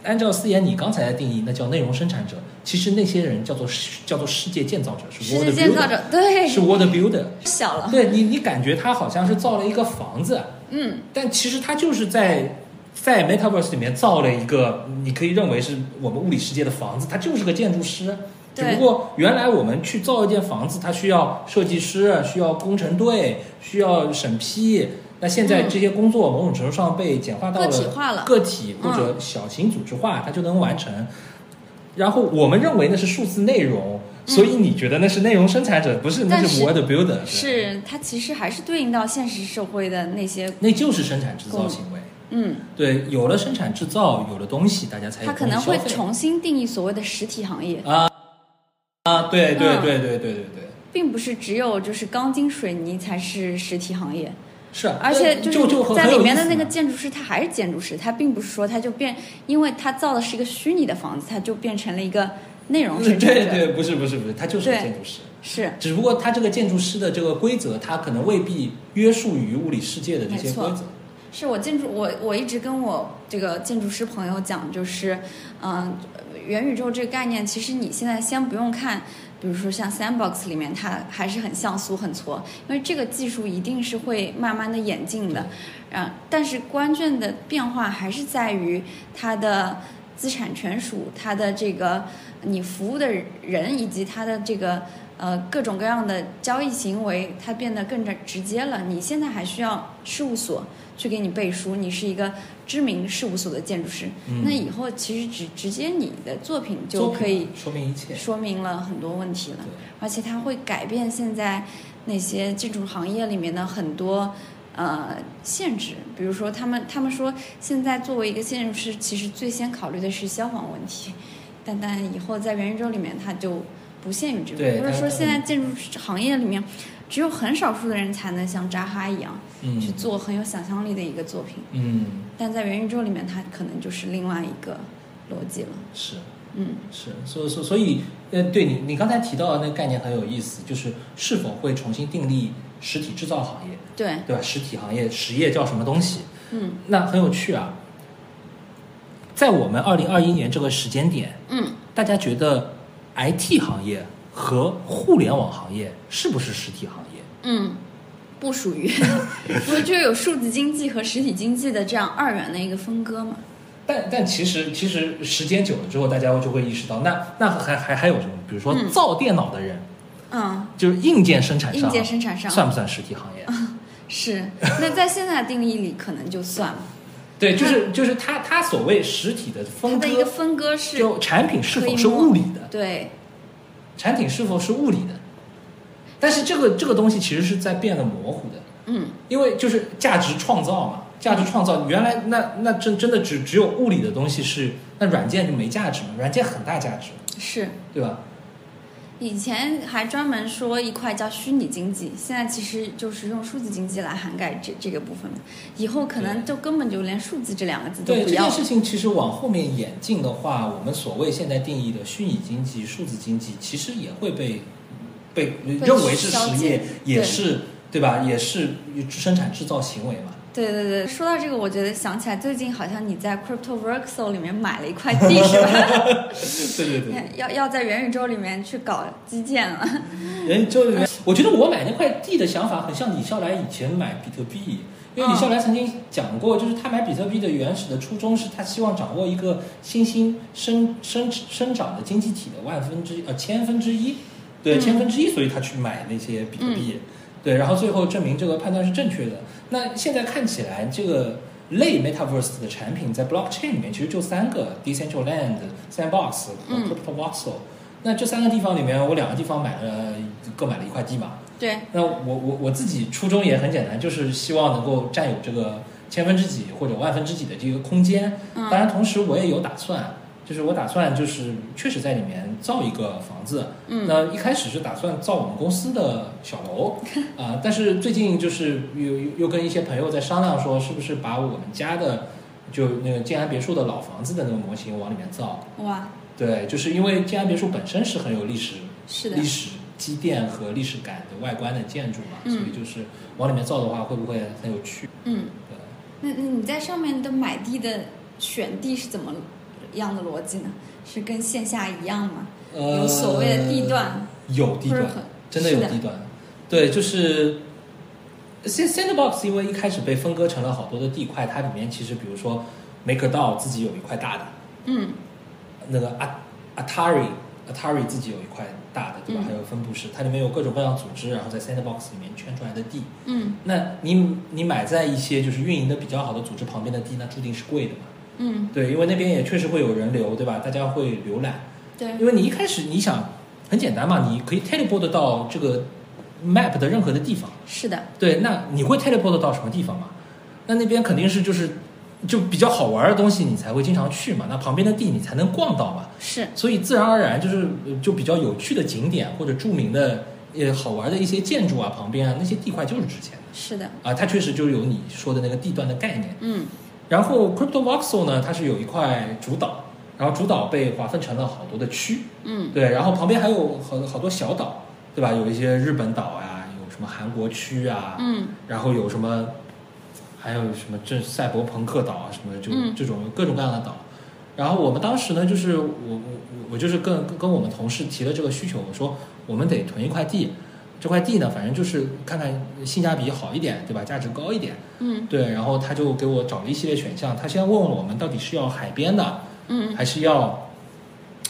按照思妍你刚才的定义，那叫内容生产者。其实那些人叫做叫做世界建造者，是世 world 界建造 builder，者，对，是 world builder。小了，对你，你感觉他好像是造了一个房子，啊嗯，但其实它就是在在 Metaverse 里面造了一个，你可以认为是我们物理世界的房子，它就是个建筑师。啊只对不过原来我们去造一间房子，它需要设计师、需要工程队、需要审批。那现在嗯这些工作某种程度上被简化到了个体化了个体或嗯者小型组织化，它就能完成。然后我们认为那是数字内容，所以你觉得那是内容生产者，不是那嗯但是是 word builder，对是它其实还是对应到现实社会的那些，那就是生产制造行为。嗯，对，有了生产制造，有了东西，大家才有它可动力能会消费重新定义所谓的实体行业，啊，对对嗯对对对对对，并不是只有就是钢筋水泥才是实体行业，是啊，而且就是就很在很有里面意的思那个嘛建筑师，他还是建筑师，他并不是说他就变，因为他造的是一个虚拟的房子，他就变成了一个内容生产嗯对者，对，不是不是不是，他就是个对建筑师，是只不过他这个建筑师的这个规则，他可能未必约束于物理世界的这些没错规则。是我建筑，我我一直跟我这个建筑师朋友讲，就是，嗯、元宇宙这个概念，其实你现在先不用看，比如说像 Sandbox 里面，它还是很像素、很挫，因为这个技术一定是会慢慢的演进的。啊，但是关键的变化还是在于它的资产权属，它的这个你服务的人以及它的这个呃各种各样的交易行为，它变得更加直接了。你现在还需要事务所去给你背书，你是一个知名事务所的建筑师，嗯那以后其实直直接你的作品就作品可以说明一切，说明了很多问题了对，而且它会改变现在那些建筑行业里面的很多呃限制，比如说他们他们说现在作为一个建筑师，其实最先考虑的是消防问题， 但但以后在元宇宙里面它就不限于这对个，或者说它现在建筑行业里面只有很少数的人才能像扎哈一样嗯去做很有想象力的一个作品，嗯但在元宇宙里面，它可能就是另外一个逻辑了，是。嗯。是，所以所以所以，呃，对你你刚才提到的那个概念很有意思，就是是否会重新定立实体制造行业，对，对吧？实体行业实业叫什么东西？嗯那很有趣啊。在我们二零二一年这个时间点，嗯，大家觉得 IT 行业和互联网行业是不是实体行业？嗯，不属 于，不是就有数字经济和实体经济的这样二元的一个分割嘛？但但其实其实时间久了之后，大家就会意识到，那那还还还有什么？比如说嗯造电脑的人，嗯，就是硬件生产商，硬件生产商算不算实体行业？ 是。那在现在的定义里，可能就算了。对，就是就是他他所谓实体的它分的一个割，分割是就产品是可否以是摸物理的，对，产品是否是物理的，但是这个这个东西其实是在变得模糊的，嗯，因为就是价值创造嘛，价值创造原来那那真真的只只有物理的东西是，那软件就没价值嘛，软件很大价值，是。对吧？以前还专门说一块叫虚拟经济，现在其实就是用数字经济来涵盖这这个部分嘛。以后可能就根本就连数字这两个字都对不这要件了。事情，其实往后面演进的话，我们所谓现在定义的虚拟经济、数字经济，其实也会被被认为是消实解业，也对是对吧？也是生产制造行为嘛。对对对，说到这个，我觉得想起来最近好像你在 Crypto Workso 里面买了一块地是吧？ 对对对。要要在元宇宙里面去搞基建了，人就里面，我觉得我买那块地的想法很像李笑来以前买比特币，因为李笑来曾经讲过，就是他买比特币的原始的初衷是他希望掌握一个新兴生生生长的经济体的万分之呃千分之一，对嗯千分之一，所以他去买那些比特币，对，然后最后证明这个判断是正确的。那现在看起来这个。类 Metaverse 的产品在 Blockchain 里面其实就三个：Decentraland、Sandbox 和嗯 Crypto Voxel。那这三个地方里面，我两个地方买了各买了一块地嘛。对，那我我我自己初衷也很简单，就是希望能够占有这个千分之几或者万分之几的这个空间。当嗯然，同时我也有打算，就是我打算就是确实在里面造一个房子。嗯，那一开始是打算造我们公司的小 楼啊、但是最近就是又又又跟一些朋友在商量说，是不是把我们家的就那个静安别墅的老房子的那个模型往里面造。哇，对，就是因为静安别墅本身是很有历史、是的历，史积淀和历史感的外观的建筑嘛，所以就是往里面造的话，会不会很有趣？嗯，对。那那你在上面的买地的选地是怎么样的逻辑呢？是跟线下一样吗？呃，有所谓的地段，有地段不是很，真的有是的地段，对，就是。Sand Sandbox 因为一开始被分割成了好多的地块，它里面其实比如说 Maker DAO 自己有一块大的，嗯那个 At- Atari Atari 自己有一块大的，对吧？嗯还有分布式，它里面有各种各样组织，然后在 Sandbox 里面圈出来的地。嗯那你你买在一些就是运营的比较好的组织旁边的地，那注定是贵的嘛？嗯，对，因为那边也确实会有人流，对吧？大家会浏览，对因为你一开始你想很简单嘛，你可以 teleport 到这个 map 的任何的地方。是的，对，那你会 teleport 到什么地方嘛？那那边肯定是就是就比较好玩的东西，你才会经常去嘛。那旁边的地你才能逛到嘛。是所以自然而然就是呃就比较有趣的景点或者著名的呃好玩的一些建筑啊，旁边啊那些地块就是值钱的是的，啊。它确实就有你说的那个地段的概念。嗯然后 Crypto Voxel 呢，它是有一块主岛，然后主岛被划分成了好多的区，嗯对，然后旁边还有好好多小岛，对吧？有一些日本岛啊，有什么韩国区啊，嗯然后有什么，还有什么这赛博朋克岛啊，什么就嗯这种各种各样的岛。然后我们当时呢，就是我我我我就是跟跟跟我们同事提了这个需求，我说我们得囤一块地，这块地呢，反正就是看看性价比好一点，对吧？价值高一点。嗯对，然后他就给我找了一系列选项，他先问问我们到底是要海边的，嗯，还是要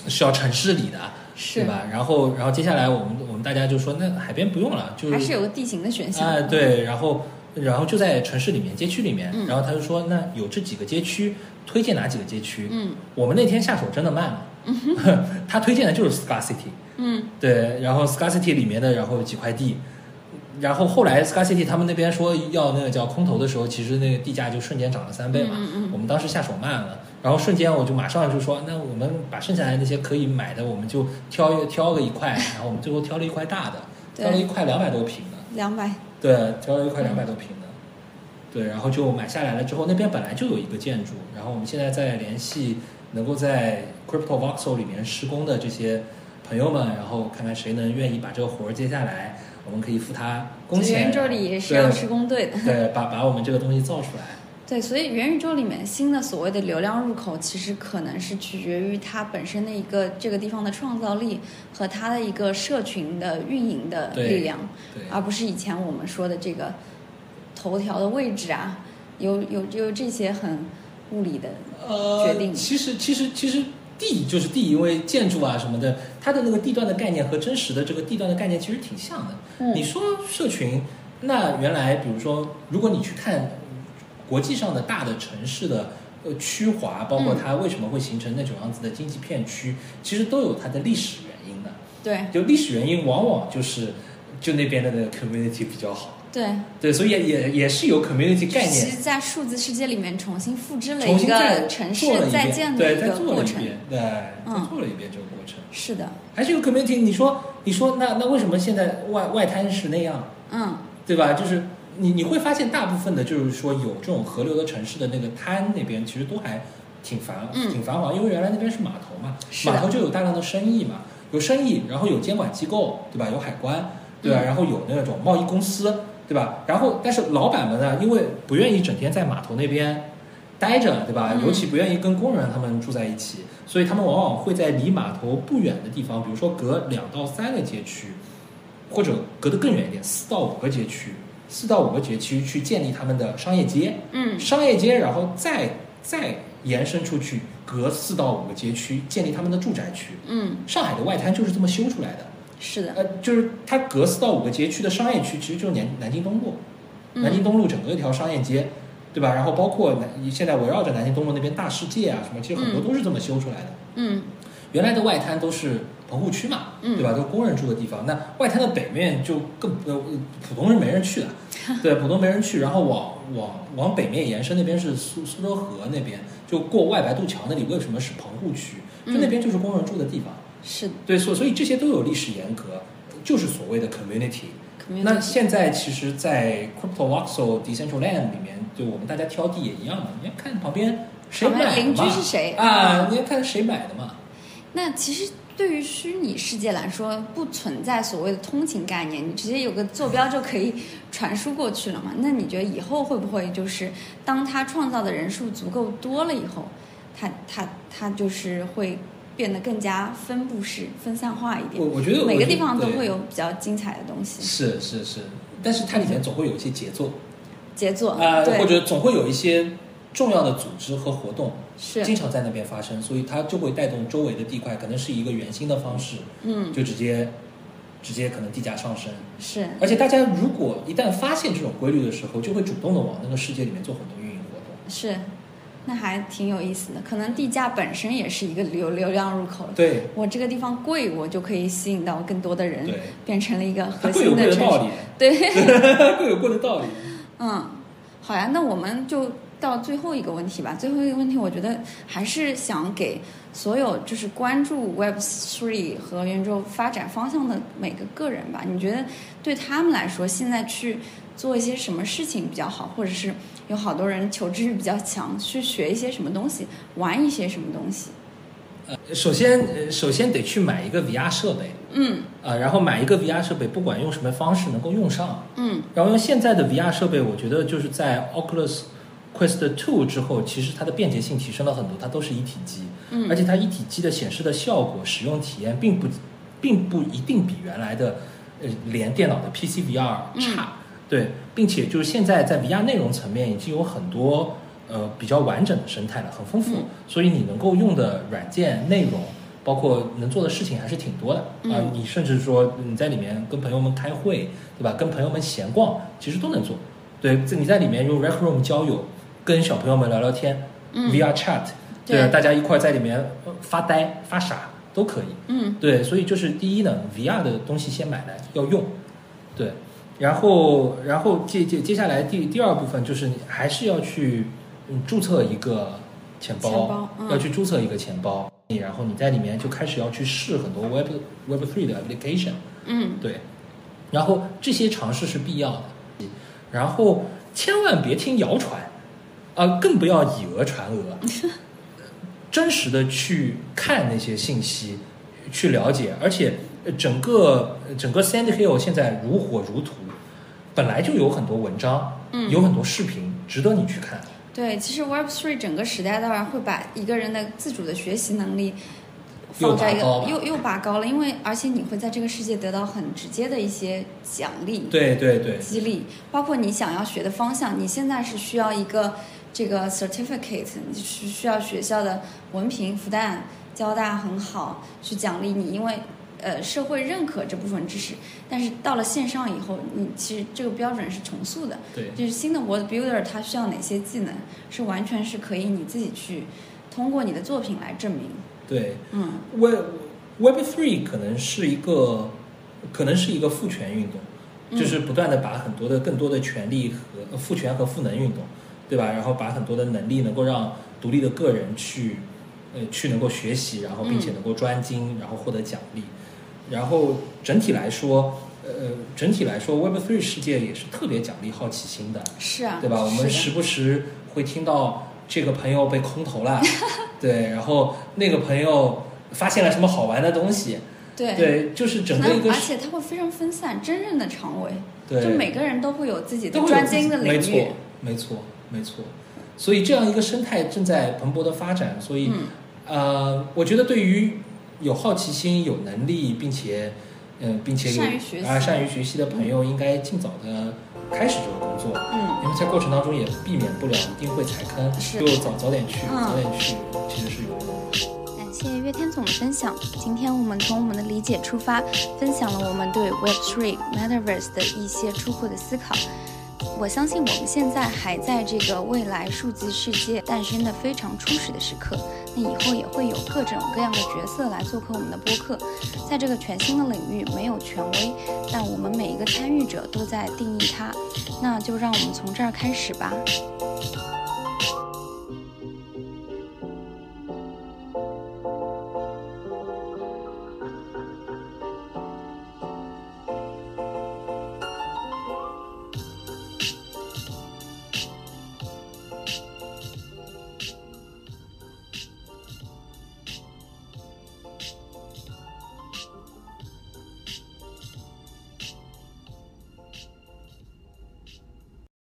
是要城市里的，对是？吧？然后，然后接下来我们我们大家就说，那海边不用了，就还是有个地形的选项，哎，对，然后然后就在城市里面，街区里面，嗯然后他就说，那有这几个街区，推荐哪几个街区？嗯我们那天下手真的慢了， 他推荐的就是 Scar City，嗯对，然后 Scar City 里面的然后几块地，然后后来 Scar City 他们那边说要那个叫空投的时候，其实那个地价就瞬间涨了三倍嘛。嗯嗯嗯我们当时下手慢了，然后瞬间我就马上就说，那我们把剩下来那些可以买的，我们就挑一挑个一块，然后我们最后挑了一块大的，对挑了一块两百多平的，两百，对，挑了一块两百多平的，对，然后就买下来了之后，那边本来就有一个建筑，然后我们现在在联系能够在 Crypto Voxel 里面施工的这些朋友们，然后看看谁能愿意把这个活儿接下来，我们可以付他工钱。元宇宙里也是对有施工队的，对，把把我们这个东西造出来，对，所以元宇宙里面新的所谓的流量入口，其实可能是取决于它本身的一个这个地方的创造力和它的一个社群的运营的对力量，对，而不是以前我们说的这个头条的位置啊，有有有这些很物理的，呃，决定其实其实其实地就是地，因为建筑啊什么的，它的那个地段的概念和真实的这个地段的概念其实挺像的。嗯你说社群，那原来比如说，如果你去看国际上的大的城市的呃区划，包括嗯它为什么会形成那种样子的经济片区，其实都有它的历史原因的。对就历史原因，往往就是就那边的那个 community 比较好，对，对，所以也也也是有 community 概其念实，在数字世界里面重新复制了重一新再个城市做了一再遍，建对，的一再个做过了一程，遍，对，再嗯做了一遍这个过程，是的，还是有 community。你说，你说那那为什么现在外外滩是那样？嗯，对吧？就是你你会发现，大部分的就是说有这种河流的城市的那个滩那边，其实都还挺繁、嗯挺繁华，因为原来那边是码头嘛，是的码头就有大量的生意嘛，有生意，然后有监管机构，对吧？有海关，对吧？嗯然后有那种贸易公司，对吧？然后但是老板们呢，因为不愿意整天在码头那边。待着，对吧？嗯尤其不愿意跟工人他们住在一起，所以他们往往会在离码头不远的地方，比如说隔两到三个街区，或者隔得更远一点，四到五个街区，四到五个街区去建立他们的商业街，嗯，商业街，然后再再延伸出去，隔四到五个街区建立他们的住宅区。嗯，上海的外滩就是这么修出来的，是的，呃，就是它隔四到五个街区的商业区，其实就是南南京东路，南京嗯，东路整个一条商业街，对吧？然后包括南现在围绕着南京东路那边大世界啊什么，其实很多嗯都是这么修出来的。嗯，原来的外滩都是棚户区嘛，嗯对吧？都是工人住的地方。那外滩的北面就更呃普通人没人去 了，对，普通没人去。然后往往往北面延伸，那边是苏苏州河那边，就过外白渡桥那里，为什么是棚户区？就嗯那边就是工人住的地方。是的，对，所所以这些都有历史沿革。就是所谓的 community。那嗯现在其实，在 Crypto Voxel Decentraland 里面，就我们大家挑地也一样嘛，你要看旁边谁买的嘛，邻居是谁啊？你要看谁买的嘛。那其实对于虚拟世界来说，不存在所谓的通勤概念，你直接有个坐标就可以传输过去了嘛。那你觉得以后会不会就是当它创造的人数足够多了以后，它它它就是会？变得更加分布式、分散化一点。我我觉得每个地方都会有比较精彩的东西。是是是，但是它里面总会有一些杰作，杰作啊、呃，或者总会有一些重要的组织和活动，是经常在那边发生，所以它就会带动周围的地块，可能是一个圆心的方式，嗯，就直接直接可能地价上升。是，而且大家如果一旦发现这种规律的时候，就会主动的往那个世界里面做很多运营活动。是。那还挺有意思的，可能地价本身也是一个流流量入口。对，我这个地方贵，我就可以吸引到更多的人对，变成了一个它核贵有心贵的的城道 市。理， 对，贵有贵的道理。嗯，好呀，那我们就到最后一个问题吧。最后一个问题，我觉得还是想给所有就是关注 Web Three 和元宇宙发展方向的每个个人吧。你觉得对他们来说，现在去做一些什么事情比较好，或者是有好多人求知欲比较强，去学一些什么东西，玩一些什么东西？呃，首先呃首先得去买一个 VR 设备。嗯啊，然后买一个 VR 设备，不管用什么方式能够用上。嗯然后用现在的 VR 设备，我觉得就是在 Oculus Quest 2之后，其实它的便捷性提升了很多，它都是一体机，嗯，而且它一体机的显示的效果、使用体验并不并不一定比原来的呃连电脑的 PC VR 嗯差。对，并且就是现在在 VR 内容层面已经有很多呃比较完整的生态了，很丰富，嗯所以你能够用的软件内容，包括能做的事情还是挺多的啊、嗯你甚至说你在里面跟朋友们开会，对吧？跟朋友们闲逛，其实都能做。对，这你在里面用 Rec Room 交友，跟小朋友们聊聊天、嗯 v r Chat，对啊大家一块儿在里面呃发呆发傻都可以。嗯对，所以就是第一呢，VR 的东西先买来要用，对，然后然后接接接下来第第二部分就是你还是要去嗯注册一个钱包，钱包嗯要去注册一个钱包，你然后你在里面就开始要去试很多 Web Web Three 的 application，嗯对，然后这些尝试是必要的，然后千万别听谣传，啊、更不要以讹传讹，真实的去看那些信息，去了解，而且呃整个呃整个 Sand Hill 现在如火如荼，本来就有很多文章，嗯有很多视频值得你去看，对，其实 Web Three 整个时代的话，会把一个人的自主的学习能力又放在拔一个高了又又拔高了，因为而且你会在这个世界得到很直接的一些奖励、对对对，激励，包括你想要学的方向。你现在是需要一个这个 certificate，你是需要学校的文凭，复旦、交大很好去奖励你，因为。呃，社会认可这部分知识，但是到了线上以后，你其实这个标准是重塑的，对就是新的 Word Builder 它需要哪些技能，是完全是可以你自己去通过你的作品来证明。对嗯 Web Web Three 可能是一个，可能是一个父权运动，嗯就是不断的把很多的更多的权利和呃父权和赋能运动，对吧？然后把很多的能力能够让独立的个人去，呃，去能够学习，然后并且嗯能够专精，然后获得奖励。然后整体来说，呃，整体来说，Web Three 世界也是特别奖励好奇心的，是啊，对吧？我们是时的不时会听到这个朋友被空投 了，对，然后那个朋友发现了什么好玩的东西，对对，就是整个那一个而且它会非常分散，真正的长尾，对，就每个人都会有自己都的会有专自己精的领没域错。，没错，没错。所以这样一个生态正在蓬勃的发展，所以、嗯呃，我觉得对于有好奇心、有能力，并且嗯、并且有善于学习啊善于学习的朋友，应该尽早的开始这个工作。嗯，因为在过程当中也避免不了一定会踩坑，是就早早点去，嗯早点去，其实是有用的。感谢岳天总的分享。今天我们从我们的理解出发，分享了我们对 Web3 Metaverse 的一些初步的思考。我相信我们现在还在这个未来数字世界诞生的非常初始的时刻，那以后也会有各种各样的角色来做客我们的播客。在这个全新的领域，没有权威，但我们每一个参与者都在定义它。那就让我们从这儿开始吧。